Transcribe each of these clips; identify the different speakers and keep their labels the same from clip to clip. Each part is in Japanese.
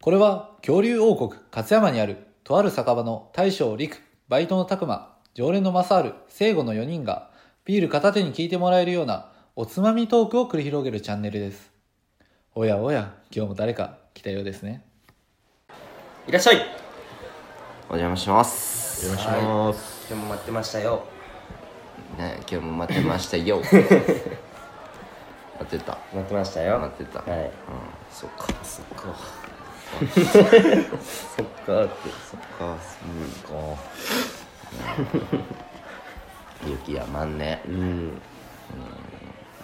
Speaker 1: これは恐竜王国勝山にあるとある酒場の大将陸、バイトの拓馬、常連の正ル、聖護の4人がビール片手に聞いてもらえるようなおつまみトークを繰り広げるチャンネルです。おやおや、今日も誰か来たようですね。
Speaker 2: いらっしゃい
Speaker 3: お邪魔します
Speaker 4: お願いします。
Speaker 2: 今日も待ってましたよ
Speaker 3: ね今日も待ってましたよ待ってた
Speaker 2: 待ってましたよ
Speaker 3: 待ってた、
Speaker 2: はい
Speaker 3: うんそっかそっか
Speaker 2: そっかって
Speaker 3: そっかうん雪やまんね
Speaker 2: うん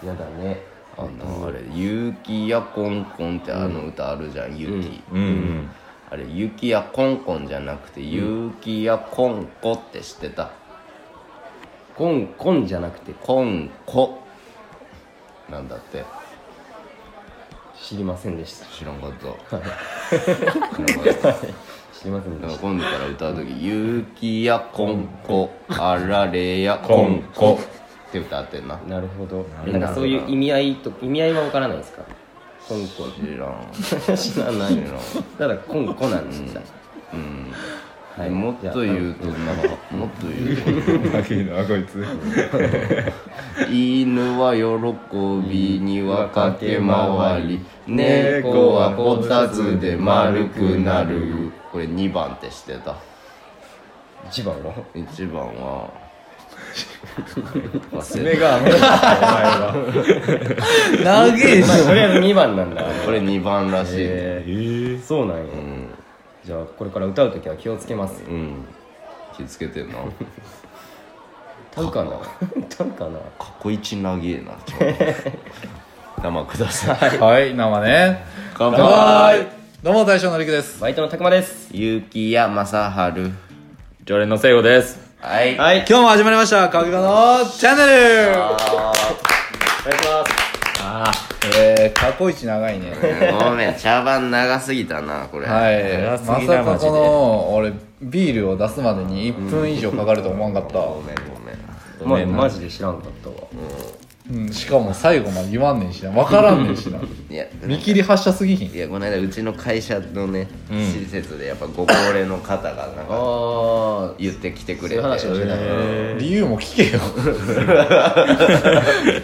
Speaker 2: やだね
Speaker 3: あのあれ「雪やコンコン」ってあの歌あるじゃん、雪、
Speaker 4: うん。
Speaker 3: あれ「雪やコンコン」じゃなくて「雪やコンコ」って知ってた
Speaker 2: コンコンじゃなくて
Speaker 3: コンコなんだって
Speaker 2: 知りませんでした
Speaker 3: 知らんかった知らんかった
Speaker 2: 知りませんで
Speaker 3: だから
Speaker 2: し
Speaker 3: 今度から歌う時「雪やこんこあられやこんこ」って歌ってんな
Speaker 2: たなるほど
Speaker 3: るほど
Speaker 2: なんかそういう意味合いと意味合いはわからないですかコンコ
Speaker 3: 知らん
Speaker 2: ン知らない
Speaker 3: 知らん
Speaker 2: ただコンコなんですよ
Speaker 3: うん、
Speaker 2: はい
Speaker 3: もっと言うとなんかもっと言う
Speaker 4: あきのあこいつ。
Speaker 3: と犬は喜びには駆け回り猫はこたつで丸くなるこれ2番ってしてた
Speaker 2: 一番は
Speaker 3: 1番は忘れ
Speaker 4: 爪が甘い。お前は。
Speaker 1: 長え
Speaker 2: まあとりあえず2番なんだ
Speaker 3: たこれ2番らしい、
Speaker 2: え
Speaker 4: ええ
Speaker 2: ー。そうなんや
Speaker 3: うん
Speaker 2: じゃあこれから歌う時は気をつけます
Speaker 3: うん気つけてんな
Speaker 2: 歌うかな 歌うかな
Speaker 3: 過去一長えなちょっと生くださ い
Speaker 4: はい、生ね。
Speaker 3: 乾
Speaker 1: はーい。どうも大将の陸です。
Speaker 2: バイトのたくまです
Speaker 3: 結城や正治
Speaker 4: 常連の聖護です。
Speaker 3: はい、
Speaker 2: はい
Speaker 1: 今日も始まりました、かけがのチャンネル
Speaker 2: お願いします
Speaker 4: あ
Speaker 1: えー、過去一長いね。
Speaker 3: ごめん茶番長すぎたなこれ、
Speaker 1: はい。ま
Speaker 4: 長すぎ
Speaker 1: さ
Speaker 4: な
Speaker 1: か
Speaker 4: マジで
Speaker 1: この、俺、ビールを出すまでに1分以上かかると思わんかった。
Speaker 3: ごめんごめん
Speaker 2: まあ、マジで知らんかったわ
Speaker 1: うん、しかも最後まで言わんねんしな分からんねんし な
Speaker 3: いや
Speaker 1: 見切り発車すぎひん
Speaker 3: いやこの間うちの会社のね、施設でやっぱご高齢の方がなんか
Speaker 2: あ
Speaker 3: 言ってきてく
Speaker 2: そうい
Speaker 3: れて
Speaker 2: う話をしてたね
Speaker 1: 理由も聞けよ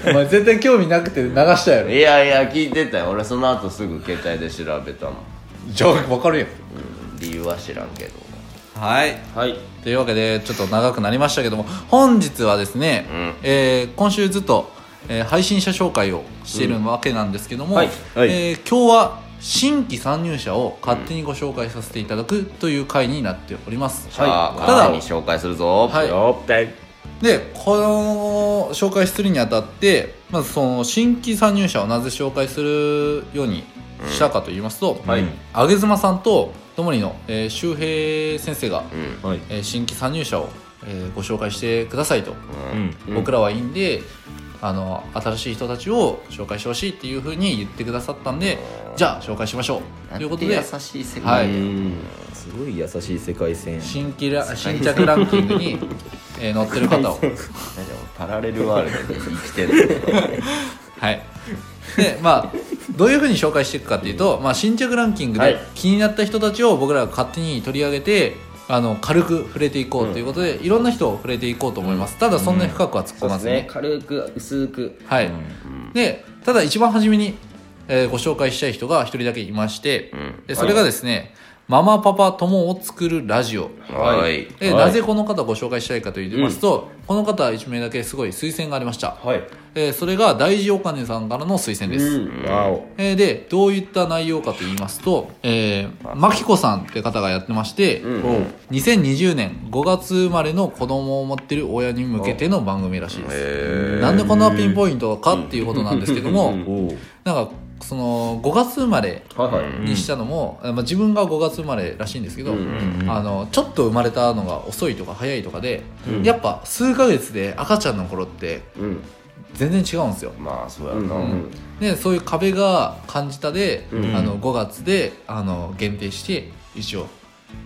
Speaker 1: お前絶対興味なくて流したやろ
Speaker 3: いやいや聞いてたよ俺その後すぐ携帯で調べたもん
Speaker 1: じゃあ分かるよ
Speaker 3: 理由は知らんけど
Speaker 1: はい
Speaker 2: あはい
Speaker 1: というわけでちょっと長くなりましたけども本日はですね、
Speaker 3: うん
Speaker 1: えー今週ずっと、えー配信者紹介をしているわけなんですけども、
Speaker 2: はい
Speaker 4: はい
Speaker 1: えー今日は新規参入者を勝手にご紹介させていただくという回になっております、
Speaker 3: さあ
Speaker 1: ただ
Speaker 3: 勝手に紹介するぞ
Speaker 1: はい
Speaker 4: よっぺ。
Speaker 1: でこの紹介するにあたってまずその新規参入者をなぜ紹介するようにしたかと言いますと、
Speaker 4: はい。
Speaker 1: あげずまさんとともりの、えー周平先生が、
Speaker 3: うん
Speaker 4: はい。
Speaker 1: えー新規参入者を、えーご紹介してくださいと、
Speaker 4: うん。
Speaker 2: うん
Speaker 1: 僕らはいいんであの新しい人たちを紹介してほしいっていうふうに言ってくださったんでじゃあ紹介しましょうということで
Speaker 3: なんて優しい世
Speaker 1: は
Speaker 3: 界
Speaker 1: い
Speaker 4: すごい優しい世界線。
Speaker 1: 新規ら新着ランキングに、えー載ってる方を。
Speaker 3: なんかパラレルワールドで生きてる
Speaker 1: はい、でまあどういうふうに紹介していくかっていうと、まあ、新着ランキング
Speaker 2: は
Speaker 1: で
Speaker 2: い
Speaker 1: 気になった人たちを僕らが勝手に取り上げてあの軽く触れていこうということで、いろんな人を触れていこうと思います、ただそんなに深くは突っ
Speaker 2: そ
Speaker 1: 込
Speaker 2: う
Speaker 1: ま
Speaker 2: で
Speaker 1: ず
Speaker 2: す
Speaker 1: に、
Speaker 2: ね軽く薄く
Speaker 1: はいでただ一番初めに、えーご紹介したい人が一人だけいまして、
Speaker 3: ん
Speaker 1: でそれがですね、ママパパ友を作るラジオ」
Speaker 3: はい
Speaker 1: で
Speaker 4: はい
Speaker 1: なぜこの方をご紹介したいかと言いますと、この方1名だけすごい推薦がありました、
Speaker 2: はい
Speaker 1: えーそれが大事お金さんからの推薦です、
Speaker 4: わお。
Speaker 1: えーでどういった内容かと言いますと、えー、マキコさんって方がやってまして、2020年5月生まれの子供を持ってる親に向けての番組らしいですなんでこんなピンポイントかっていうことなんですけども
Speaker 4: おう。
Speaker 1: なんかその5月生まれ
Speaker 2: はいはい
Speaker 1: にしたのも、まあ、自分が5月生まれらしいんですけど、あのちょっと生まれたのが遅いとか早いとかで、やっぱ数ヶ月で赤ちゃんの頃って
Speaker 2: うん
Speaker 1: 全然違うんですよ
Speaker 3: まあそうや
Speaker 2: うん
Speaker 3: な、
Speaker 2: うん
Speaker 1: でそういう壁が感じたで、
Speaker 2: うん
Speaker 1: あの5月であの限定して一応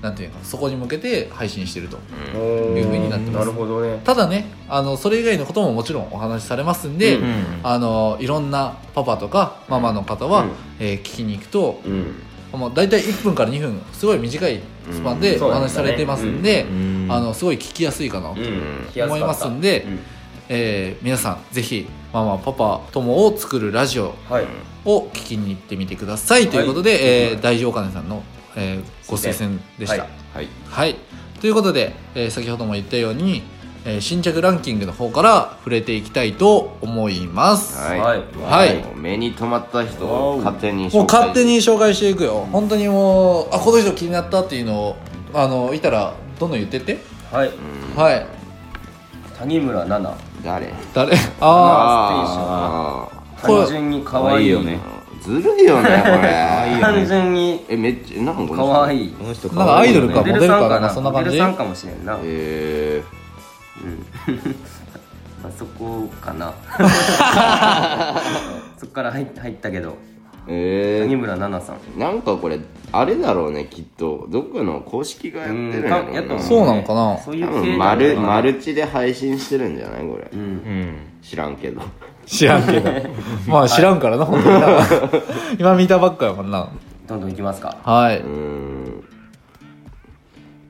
Speaker 1: なんていうかそこに向けて配信してるという風になってます
Speaker 2: なるほどね
Speaker 1: ただねあのそれ以外のことももちろんお話しされますんで、
Speaker 2: うん
Speaker 1: あのいろんなパパとかママの方は、
Speaker 2: うん
Speaker 1: えー聞きに行くと
Speaker 2: うん
Speaker 1: もう大体1分から2分すごい短いスパン
Speaker 3: う
Speaker 1: で
Speaker 2: んそう
Speaker 1: お
Speaker 2: なんだ
Speaker 1: 話
Speaker 2: ね
Speaker 1: しされてますんで、
Speaker 4: うん
Speaker 1: あのすごい聞きやすいかなと
Speaker 2: うん
Speaker 1: 思いますんで、えー皆さんぜひママパパ友を作るラジオ
Speaker 2: はい
Speaker 1: を聞きに行ってみてくださいということで、えー大丈おかねさんの、えーご推薦でした。
Speaker 2: はい
Speaker 3: はい
Speaker 1: はい、ということで、えー先ほども言ったように、えー新着ランキングの方から触れていきたいと思います、
Speaker 3: はい
Speaker 1: はい
Speaker 3: もう目に留まった人を勝手に紹介
Speaker 1: もう勝手に紹介していくよ本当にもうあこの人気になったっていうのをあのいたらどんどん言ってって
Speaker 2: はい
Speaker 1: はい
Speaker 2: 谷村奈々
Speaker 3: 誰
Speaker 1: 誰あ
Speaker 3: あ
Speaker 1: これ
Speaker 2: 単純に可
Speaker 4: 可愛
Speaker 2: 愛
Speaker 4: い
Speaker 2: い
Speaker 4: よね。
Speaker 3: ーずるいよねこれ
Speaker 2: 単純に
Speaker 3: えめっちゃなんかこの人
Speaker 2: 可愛い
Speaker 4: この人
Speaker 1: あなんかアイドルか
Speaker 2: モ
Speaker 1: モデ
Speaker 2: デ
Speaker 1: ル
Speaker 2: ルさ
Speaker 1: か
Speaker 2: んか
Speaker 1: なんか
Speaker 2: な
Speaker 1: そんな
Speaker 2: モデ
Speaker 1: 感
Speaker 2: ル
Speaker 1: じ
Speaker 2: さんかもしれんな
Speaker 3: えー
Speaker 2: まあそこ かなそっから入っ入ったけど
Speaker 3: え
Speaker 2: 谷
Speaker 3: ー
Speaker 2: 村奈々さん
Speaker 3: なんかこれあれだろうねきっとどっかの公式がやってるん
Speaker 2: うんか
Speaker 3: や
Speaker 2: やっ
Speaker 3: ろ
Speaker 2: と
Speaker 3: な
Speaker 2: 思
Speaker 1: ーそうなのかな
Speaker 2: そうい
Speaker 3: 多
Speaker 2: う系
Speaker 3: 分
Speaker 2: な
Speaker 3: マ
Speaker 2: の
Speaker 3: ル
Speaker 2: かな
Speaker 3: マルチで配信してるんじゃないこれ
Speaker 2: うん
Speaker 4: うん。
Speaker 3: 知らんけど
Speaker 1: 知らんけど まあ知らん からな本当にな今見たばっかやもんな
Speaker 2: どんどんいきますか
Speaker 1: はいう
Speaker 3: ーん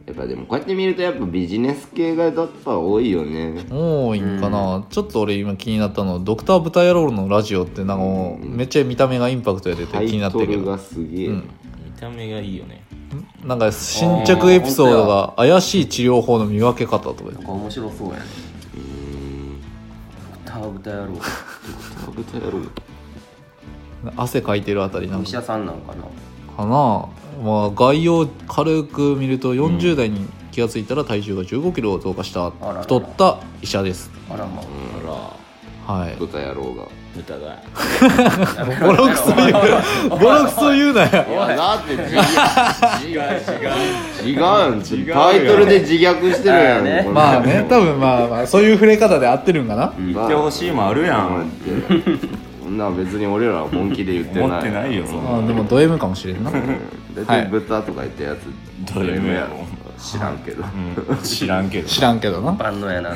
Speaker 3: やっぱでもこうやって見るとやっぱビジネス系がだったら多いよね
Speaker 1: 多いんかな、ちょっと俺今気になったのドクター豚野郎のラジオってなんかもうめっちゃ見た目がインパクトや出て
Speaker 3: タ
Speaker 1: 気にな
Speaker 3: イ
Speaker 1: って
Speaker 3: ト
Speaker 1: るけ
Speaker 3: ル
Speaker 1: ど
Speaker 3: がすげえ、
Speaker 1: ん
Speaker 4: 見た目がいいよね。
Speaker 1: なんか新着エピソードが怪しい治療法の見分け方とか言っ
Speaker 2: な
Speaker 1: て
Speaker 2: んか面白そうやねドクター豚野郎
Speaker 3: 食べたやろう
Speaker 1: 汗かいてるあたりな
Speaker 2: お
Speaker 1: ん
Speaker 2: 医
Speaker 1: か
Speaker 2: 者さんなんかな
Speaker 1: かな、まあ、概要を軽く見ると40代に気がついたら体重が1 5キロ増加した
Speaker 2: ららら
Speaker 1: 太った医者です
Speaker 2: あらま
Speaker 4: あ
Speaker 1: はい
Speaker 3: 豚野郎が
Speaker 4: ら、歌が。
Speaker 1: ボロクソ 言うボロクソ言うなよ
Speaker 3: いやだって自虐違う違う違うタイトルで自虐してるやん、
Speaker 2: だよね
Speaker 3: これ
Speaker 1: まあ ね多分まあまあそういう触れ方で合ってるんかな
Speaker 4: 言ってほしいもあるや
Speaker 3: 待
Speaker 4: ん。
Speaker 3: ってそんな別に俺らは本気で言ってない
Speaker 4: 思ってないよ、そんな。
Speaker 1: あでもド M かもしれんな
Speaker 3: 大
Speaker 1: はい
Speaker 3: 体豚とか言ったやつ
Speaker 4: ド M やろ
Speaker 3: 知らんけど
Speaker 4: うん知らんけど。
Speaker 1: 知らんけどな、
Speaker 2: 万能やな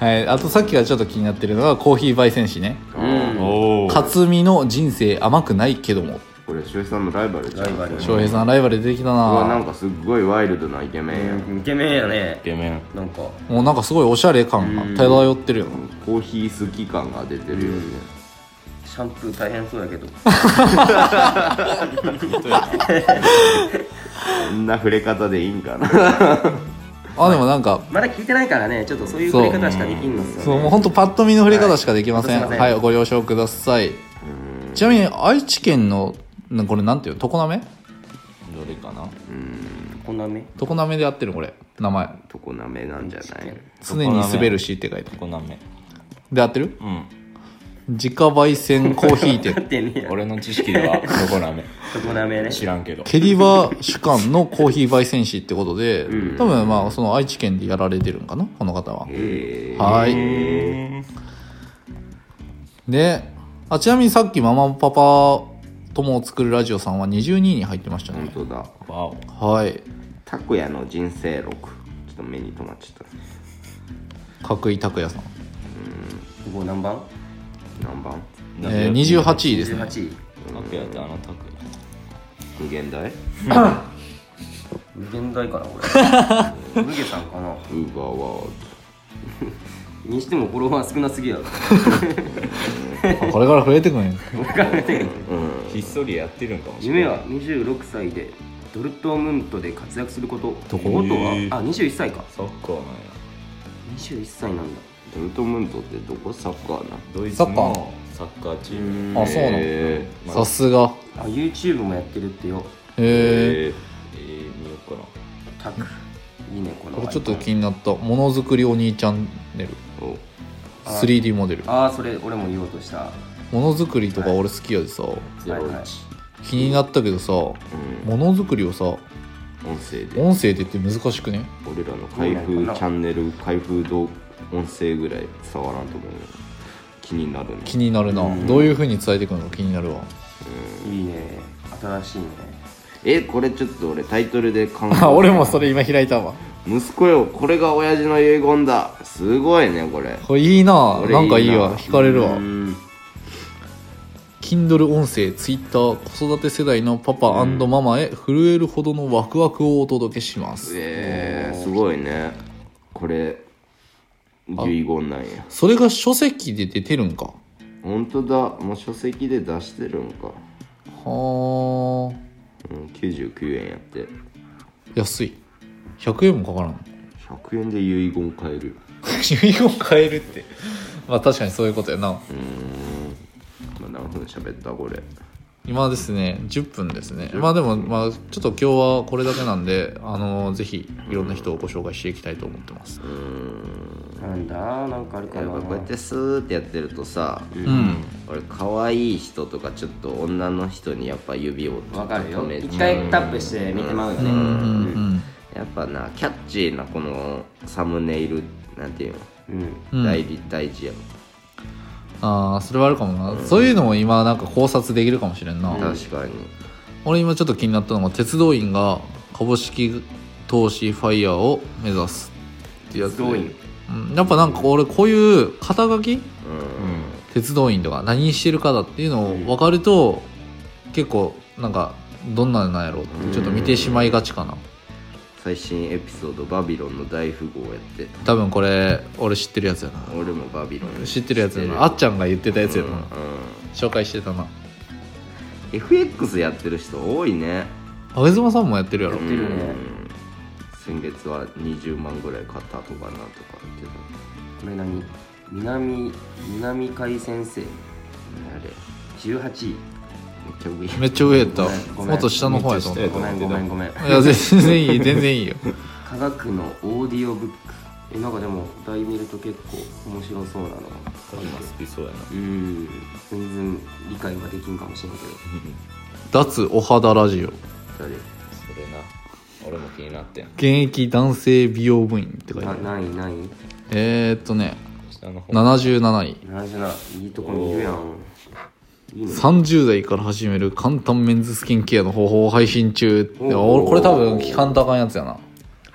Speaker 1: はい、あとさっきがちょっと気になってるのがコーヒー焙煎士ね
Speaker 2: うん
Speaker 4: おお。
Speaker 1: 克実の人生甘くないけども
Speaker 3: これ周平さんのライバルじゃん
Speaker 2: ライバル
Speaker 1: 翔平さんライバル出てきた
Speaker 3: うわなん
Speaker 1: な
Speaker 3: かすっごいワイルドなイケメンやん
Speaker 2: イケメンやね
Speaker 4: イケメン。
Speaker 2: なんか
Speaker 1: もうなんかすごいおしゃれ感が漂ってるよな
Speaker 3: コーヒー好き感が出てるよね
Speaker 2: シャンプー大変そうやけど
Speaker 3: こんな触れ方でいいんかな
Speaker 1: あでもなんか
Speaker 2: まだ聞いてないからねちょっとそういう振り方しかできんのっす
Speaker 1: そ
Speaker 2: よ
Speaker 1: う
Speaker 2: ね
Speaker 1: もうほんとパッと見の触れ方しかできません、
Speaker 2: は
Speaker 1: はいいご了承くださいちなみに愛知県のなこれなんていうの常滑
Speaker 4: どれかな
Speaker 2: こんな目
Speaker 1: 常滑でやってるこれ名前
Speaker 3: とこなめなんじゃない
Speaker 1: 常に滑るしって書いてある
Speaker 4: こんなんめ。
Speaker 1: で合ってる
Speaker 4: うん。
Speaker 1: 自家焙煎コーヒー
Speaker 2: だっ
Speaker 1: 店
Speaker 2: てね
Speaker 4: 俺の知識 では、どこなめ。
Speaker 2: そこなめね
Speaker 4: 知らんけど。
Speaker 1: ケリバ主管のコーヒー焙煎士ってことで、多分まあその愛知県でやられてるんかなこの方は
Speaker 3: ええ
Speaker 1: はいであちなみにさっきママパパ友を作るラジオさんは22位に入ってました
Speaker 3: 本
Speaker 1: ね、
Speaker 3: 当だ
Speaker 4: わお。
Speaker 1: はい
Speaker 3: タクヤの人生録ちょっと目に留まっちゃっ
Speaker 1: 角井拓也さん、
Speaker 2: ここ何番
Speaker 3: た何番
Speaker 1: えー、28位ですね
Speaker 2: 18位
Speaker 4: 拓也ってあの拓
Speaker 3: 無限大
Speaker 2: 無限大かなこ れ無限さんかな
Speaker 3: ウーバーワール
Speaker 2: にしてもフォロワー少なすぎやろ
Speaker 1: あこれから増えてくんや
Speaker 4: 也。ひっそりやってるんかもしれない。
Speaker 2: 夢は26歳でドルトムントで活躍することど
Speaker 4: こ
Speaker 2: こと
Speaker 4: へー
Speaker 2: はあ21歳か
Speaker 4: サッカーなんや。
Speaker 2: 21歳なんだ
Speaker 3: ドルトムントってどこサッカーな
Speaker 4: ドイツ
Speaker 1: サッカー
Speaker 4: のサッカーチーム。
Speaker 1: あそうなの
Speaker 3: え
Speaker 1: さすが
Speaker 2: あ YouTube もやってるってよ
Speaker 1: へえ
Speaker 4: えー、えー、見ようか
Speaker 2: タ
Speaker 4: な。
Speaker 2: クいいねこの
Speaker 1: これちょっと気になったものづくりお兄チャンネル
Speaker 3: ーお
Speaker 1: 3D モデル
Speaker 2: ああそれ俺も言おうとした
Speaker 1: ものづくりとか俺好きやでさ
Speaker 3: ゼロ
Speaker 2: はいはい
Speaker 3: 一
Speaker 1: 気になったけどさものづくりをさ
Speaker 3: 音声で
Speaker 1: 音声でって難しくね
Speaker 3: 俺らの開封チャンネル開封動音声ぐらい伝わらんと思うよ気になるね
Speaker 1: 気になるなどういう風に伝えていくのか気になるわ
Speaker 2: いいね新しいね
Speaker 3: えこれちょっと俺タイトルで考え
Speaker 1: あ 俺もそれ今開いたわ
Speaker 3: 息子よこれが親父の遺言だすごいねこれ
Speaker 1: これいいな
Speaker 3: これいい
Speaker 1: な
Speaker 3: なん
Speaker 1: かいいわ惹かれるわ
Speaker 2: うん
Speaker 1: 気 Kindle 音声 Twitter 子育て世代のパパママへ震えるほどのワクワクをお届けします、
Speaker 3: えー、すごいねこれ遺言なんや
Speaker 1: それが書籍で出てるんか
Speaker 3: 本当だもう書籍で出してるんか、
Speaker 1: はあ
Speaker 3: うん、99円やって
Speaker 1: 安い100円もか からん
Speaker 3: 100円で遺言買える
Speaker 1: 遺言変えるってまあ確かにそういうことやな
Speaker 3: まあ、何分喋ったこれ
Speaker 1: 今ですね10分ですねまあでもまあちょっと今日はこれだけなんであのぜひいろんな人をご紹介していきたいと思ってます
Speaker 2: なんだなんかあるか
Speaker 3: やっ
Speaker 2: な
Speaker 3: ぱこうやってスーってやってるとさ、
Speaker 1: うん
Speaker 3: 俺可愛い人とかちょっと女の人にやっぱ指を
Speaker 2: わかるよ
Speaker 3: めちゃう
Speaker 2: 一回タップして見てまうよ
Speaker 1: うんう
Speaker 2: ね、
Speaker 1: んうん
Speaker 3: やっぱなキャッチーなこのサムネイルなんていうの、
Speaker 2: うん
Speaker 1: うん
Speaker 3: 大事大事やん、
Speaker 1: ああそれはあるかもなそういうのも今なんか考察できるかもしれんな、
Speaker 3: 確かに
Speaker 1: 俺今ちょっと気になったのが鉄道員が株式投資ファイヤーを目指すってやつで
Speaker 2: 動員
Speaker 1: うんやっぱなんか俺こういう肩書き
Speaker 3: うん
Speaker 1: 鉄道員とか何してるかだっていうのを分かると結構なんかどんなんなんやろうってちょっと見てしまいがちかな
Speaker 3: 最新エピソード「バビロンの大富豪」やって
Speaker 1: 多分これ俺知ってるやつやな
Speaker 3: 俺もバビロン
Speaker 1: 知ってるやつや
Speaker 3: 知って
Speaker 1: な
Speaker 3: る
Speaker 1: あっちゃんが言ってたやつやな、
Speaker 3: う
Speaker 1: 紹介してたなん
Speaker 3: FX やってる人多いね
Speaker 1: 上妻さんもやってるやろ、
Speaker 2: ってるね
Speaker 3: 先月は20万ぐらい買ったとかなんとか言ってた
Speaker 2: これ何南南海先生
Speaker 3: あれ
Speaker 2: 18位
Speaker 3: めっちゃ上
Speaker 1: めっちゃ上やった
Speaker 2: ごめん
Speaker 1: もっと下の方やと思っ
Speaker 4: めっちゃ
Speaker 2: ごめんごめんごめん
Speaker 1: たいや全然いい全然いいよ
Speaker 2: 科学のオーディオブックえなんかでも題見ると結構面白そうなのがあり
Speaker 4: 今
Speaker 2: ます
Speaker 4: 好きそうやな
Speaker 2: うん全然理解はできんかもしれんけど
Speaker 1: 脱お肌ラジオ
Speaker 3: 誰
Speaker 4: それな俺も気になってん
Speaker 1: 現役男性美容部員って書いてあ
Speaker 2: な
Speaker 1: る
Speaker 2: 何位何位
Speaker 1: えー、っとね
Speaker 4: 下の方
Speaker 1: 77位
Speaker 2: 何じゃないいとこにいるやんいいね
Speaker 1: 30代から始める簡単メンズスキンケアの方法を配信中って
Speaker 2: おー
Speaker 1: おこれ多分期間高いやつやな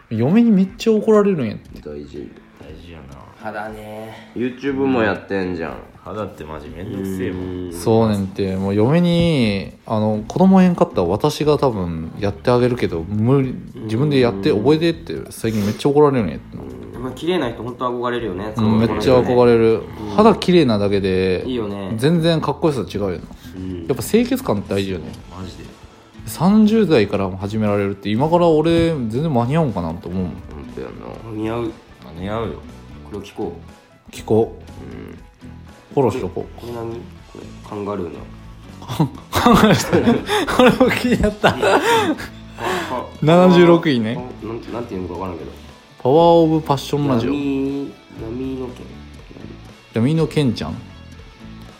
Speaker 1: 嫁にめっちゃ怒られるんやって
Speaker 3: 大事
Speaker 4: 大事やな
Speaker 2: 肌ね
Speaker 3: YouTube もやってんじゃん
Speaker 4: 肌ってマジめんどくせえもん
Speaker 1: そうねんってもう嫁にあの子供へんかったら私が多分やってあげるけど無理自分でやって覚えてって最近めっちゃ怒られるんやってな
Speaker 2: まあ綺麗な人本当憧れるよね
Speaker 1: うんめっちゃ憧れる肌綺麗なだけで
Speaker 2: いいよね
Speaker 1: 全然かっこよさ違うよなやっぱ清潔感って大事よね
Speaker 4: マジで
Speaker 1: 30代からも始められるって今から俺全然間に合うんかなと思うもん
Speaker 3: 本当やな
Speaker 2: 似合う
Speaker 4: 間に合うよ
Speaker 2: これを聞こ
Speaker 1: 聞こうフォローしとこ
Speaker 2: うこれ何これカンガルーの
Speaker 1: うこれも気になった
Speaker 2: ああ
Speaker 1: 76位ね
Speaker 2: あなんなんていうのか分からんけど
Speaker 1: パワーオブパッションラジオ
Speaker 2: 闇闇の剣
Speaker 1: 闇のケンちゃん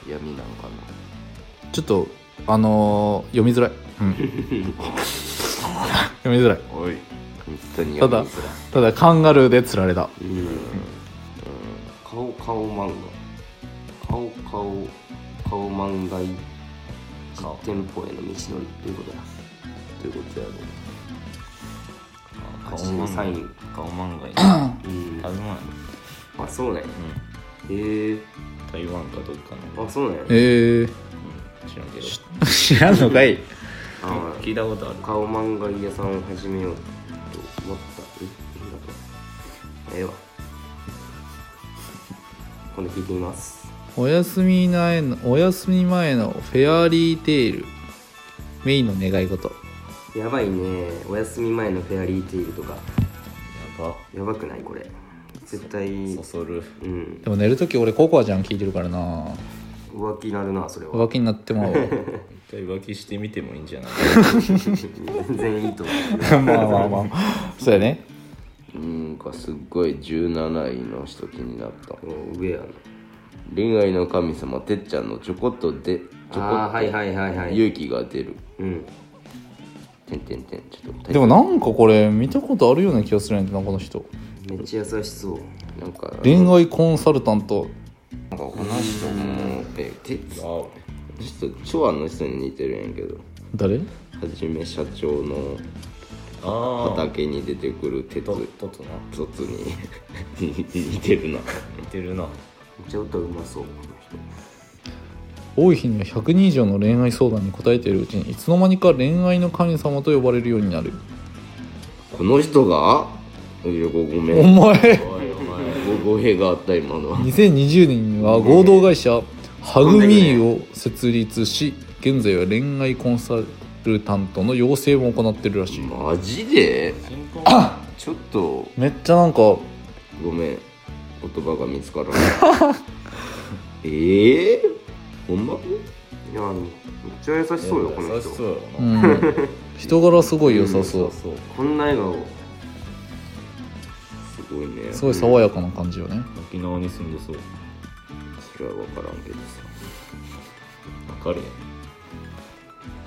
Speaker 3: 闇なんかな
Speaker 1: ちょっとあのー読みづらい、うん 読みづらい
Speaker 3: おい本当に
Speaker 1: た
Speaker 3: 闇
Speaker 1: だただカンガルーで釣られた
Speaker 2: 顔顔漫画顔顔顔漫画実店舗への道のりということだ
Speaker 3: ということやね
Speaker 4: 顔
Speaker 2: 83
Speaker 4: 漫画
Speaker 2: 位
Speaker 4: 顔漫画やな
Speaker 2: うん
Speaker 4: 台湾や
Speaker 2: あそうね
Speaker 4: う
Speaker 2: へえ
Speaker 4: ん台湾かどっかの
Speaker 2: あそうね
Speaker 1: えー、
Speaker 4: うん知らんけど
Speaker 1: 知らんのかい
Speaker 2: あ
Speaker 4: 聞いたことある
Speaker 2: 顔漫画屋さんを始めようと思ったえなんだとええわ今度聞いてみます
Speaker 1: おやすみ前のおやすみ前のフェアリーテイルメインの願い事
Speaker 2: やばいねお休み前のフェアリーテイルとか
Speaker 4: やば
Speaker 2: やばくないこれ絶対
Speaker 4: そそる
Speaker 2: うん
Speaker 1: でも寝るとき俺ココアちゃん聞いてるからな
Speaker 2: 浮気になるなそれは
Speaker 1: 浮気になってまうわ
Speaker 4: 一回浮気してみてもいいんじゃない
Speaker 2: 全然いいと思う
Speaker 1: まあまあまあそうやね
Speaker 3: うんかすっごい17位の人気になった
Speaker 2: もう上やな
Speaker 3: 恋愛の神様てっちゃんのちょこっとでちょこ
Speaker 2: ああはいはいはいはい
Speaker 3: 勇気が出る
Speaker 2: うん
Speaker 3: てんてんてんちょっと
Speaker 1: でもなんかこれ見たことあるような気がするんやけどなこの人
Speaker 2: めっちゃ優しそう
Speaker 3: なんか
Speaker 1: 恋愛コンサルタント
Speaker 3: なんかこの人もえてちょ
Speaker 4: あ
Speaker 3: っと長安の人に似てるんやけど
Speaker 1: 誰
Speaker 3: はじめ社長の
Speaker 4: あー
Speaker 3: 畑に出てくる鉄
Speaker 4: とととな
Speaker 3: 卒に 似てるな
Speaker 4: 似てるな
Speaker 2: めっちゃ歌うまそうこの人
Speaker 1: 多い日には100人以上の恋愛相談に答えているうちにいつの間にか恋愛の神様と呼ばれるようになる
Speaker 3: この人がいやごごめ
Speaker 1: お
Speaker 3: ん
Speaker 1: 前
Speaker 3: ご語弊があった今のは
Speaker 1: 2020年には合同会社ハグミーを設立し現在は恋愛コンサルタントの養成も行ってるらしい
Speaker 3: マジで
Speaker 4: 新婚
Speaker 3: ちょっと
Speaker 1: めっちゃなんか
Speaker 3: ごめん言葉が見つからない ええほんま
Speaker 2: いやめっちゃ優しそうよこの
Speaker 4: 優しそ
Speaker 2: 人
Speaker 4: うよ
Speaker 1: う
Speaker 4: な、す
Speaker 1: ん 人柄すごい良さそう
Speaker 4: そう
Speaker 2: こんな笑顔
Speaker 3: すごいね
Speaker 1: すごい爽やかな感じよね
Speaker 4: 沖縄に住んでそう
Speaker 3: それは分からんけどさ
Speaker 4: わかるやん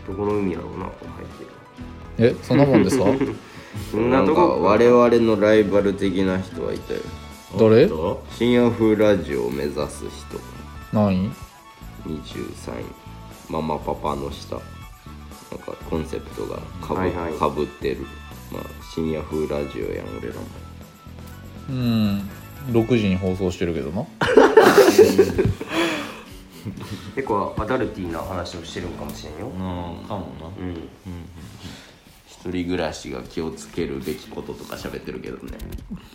Speaker 2: どこの海やろうなこれ入って
Speaker 1: え
Speaker 2: る
Speaker 1: そんなもん ですか
Speaker 2: そん
Speaker 3: な
Speaker 2: なんと
Speaker 3: か
Speaker 2: こ
Speaker 3: 我々のライバル的な人はいたよ
Speaker 1: 誰
Speaker 4: あと
Speaker 3: 深夜風ラジオを目指す人
Speaker 1: 何位
Speaker 3: 23位ママパパの下なんかコンセプトがかぶ,、
Speaker 2: はいはい
Speaker 3: ってる、まあ、深夜風ラジオやん俺らも
Speaker 1: うん6時に放送してるけどな
Speaker 2: 結構アダルティーな話をしてるんかもしれんよ
Speaker 4: うんかもな
Speaker 2: うん
Speaker 3: 一人暮らしが気をつけるべきこととか喋ってるけどね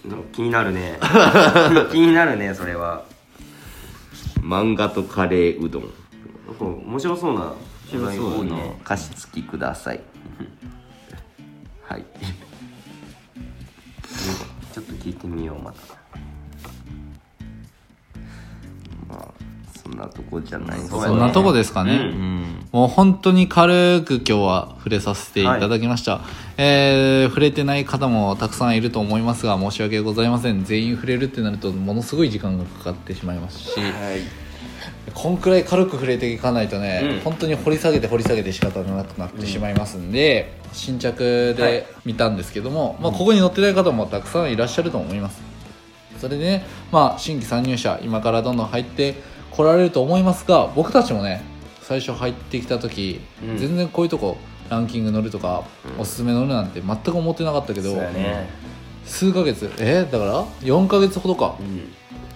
Speaker 2: なんか気になるね気になるねそれは
Speaker 3: 漫画とカレーうどん
Speaker 2: なんか面白そうな取材多いね
Speaker 3: 加湿器くださいはい
Speaker 2: ちょっと聞いてみようまた
Speaker 3: まあそんなとこじゃないです
Speaker 2: そうや
Speaker 1: そん
Speaker 2: ね
Speaker 1: なとこですかね、
Speaker 4: うん
Speaker 1: もう本当に軽く今日は触れさせていただきました、えー触れてない方もたくさんいると思いますが申し訳ございません全員触れるってなるとものすごい時間がかかってしまいますし、こんくらい軽く触れていかないとね、本当に掘り下げて掘り下げて仕方がなくなってしまいますんで、新着で見たんですけども、まあ、ここに載ってない方もたくさんいらっしゃると思いますそれでね、まあ、新規参入者今からどんどん入ってこられると思いますが僕たちもね最初入ってきた時、全然こういうとこランキング乗るとか、おすすめ乗るなんて全く思ってなかったけど、
Speaker 2: ね
Speaker 1: 数ヶ月えーだから4ヶ月ほどか、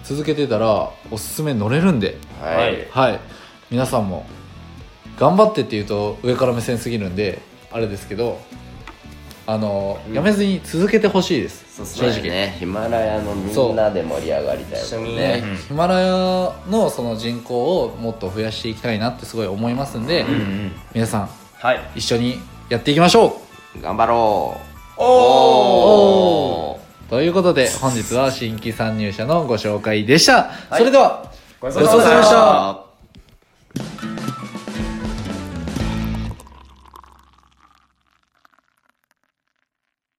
Speaker 1: 続けてたらおすすめ乗れるんで
Speaker 3: はい、
Speaker 1: はい皆さんも頑張ってっていうと上から目線すぎるんであれですけどあの、やめずに続けてほしいです正直
Speaker 3: ねヒマラヤのみんなで盛り上がりたい
Speaker 2: 一緒
Speaker 3: もん
Speaker 2: に
Speaker 3: ね
Speaker 2: ね
Speaker 1: ヒマラヤのその人口をもっと増やしていきたいなってすごい思いますんで、皆さん
Speaker 2: はい
Speaker 1: 一緒にやっていきましょう
Speaker 3: 頑張ろう
Speaker 1: お
Speaker 3: お
Speaker 1: ということで本日は新規参入者のご紹介でした、それでは
Speaker 2: ご
Speaker 1: ちそうさまでした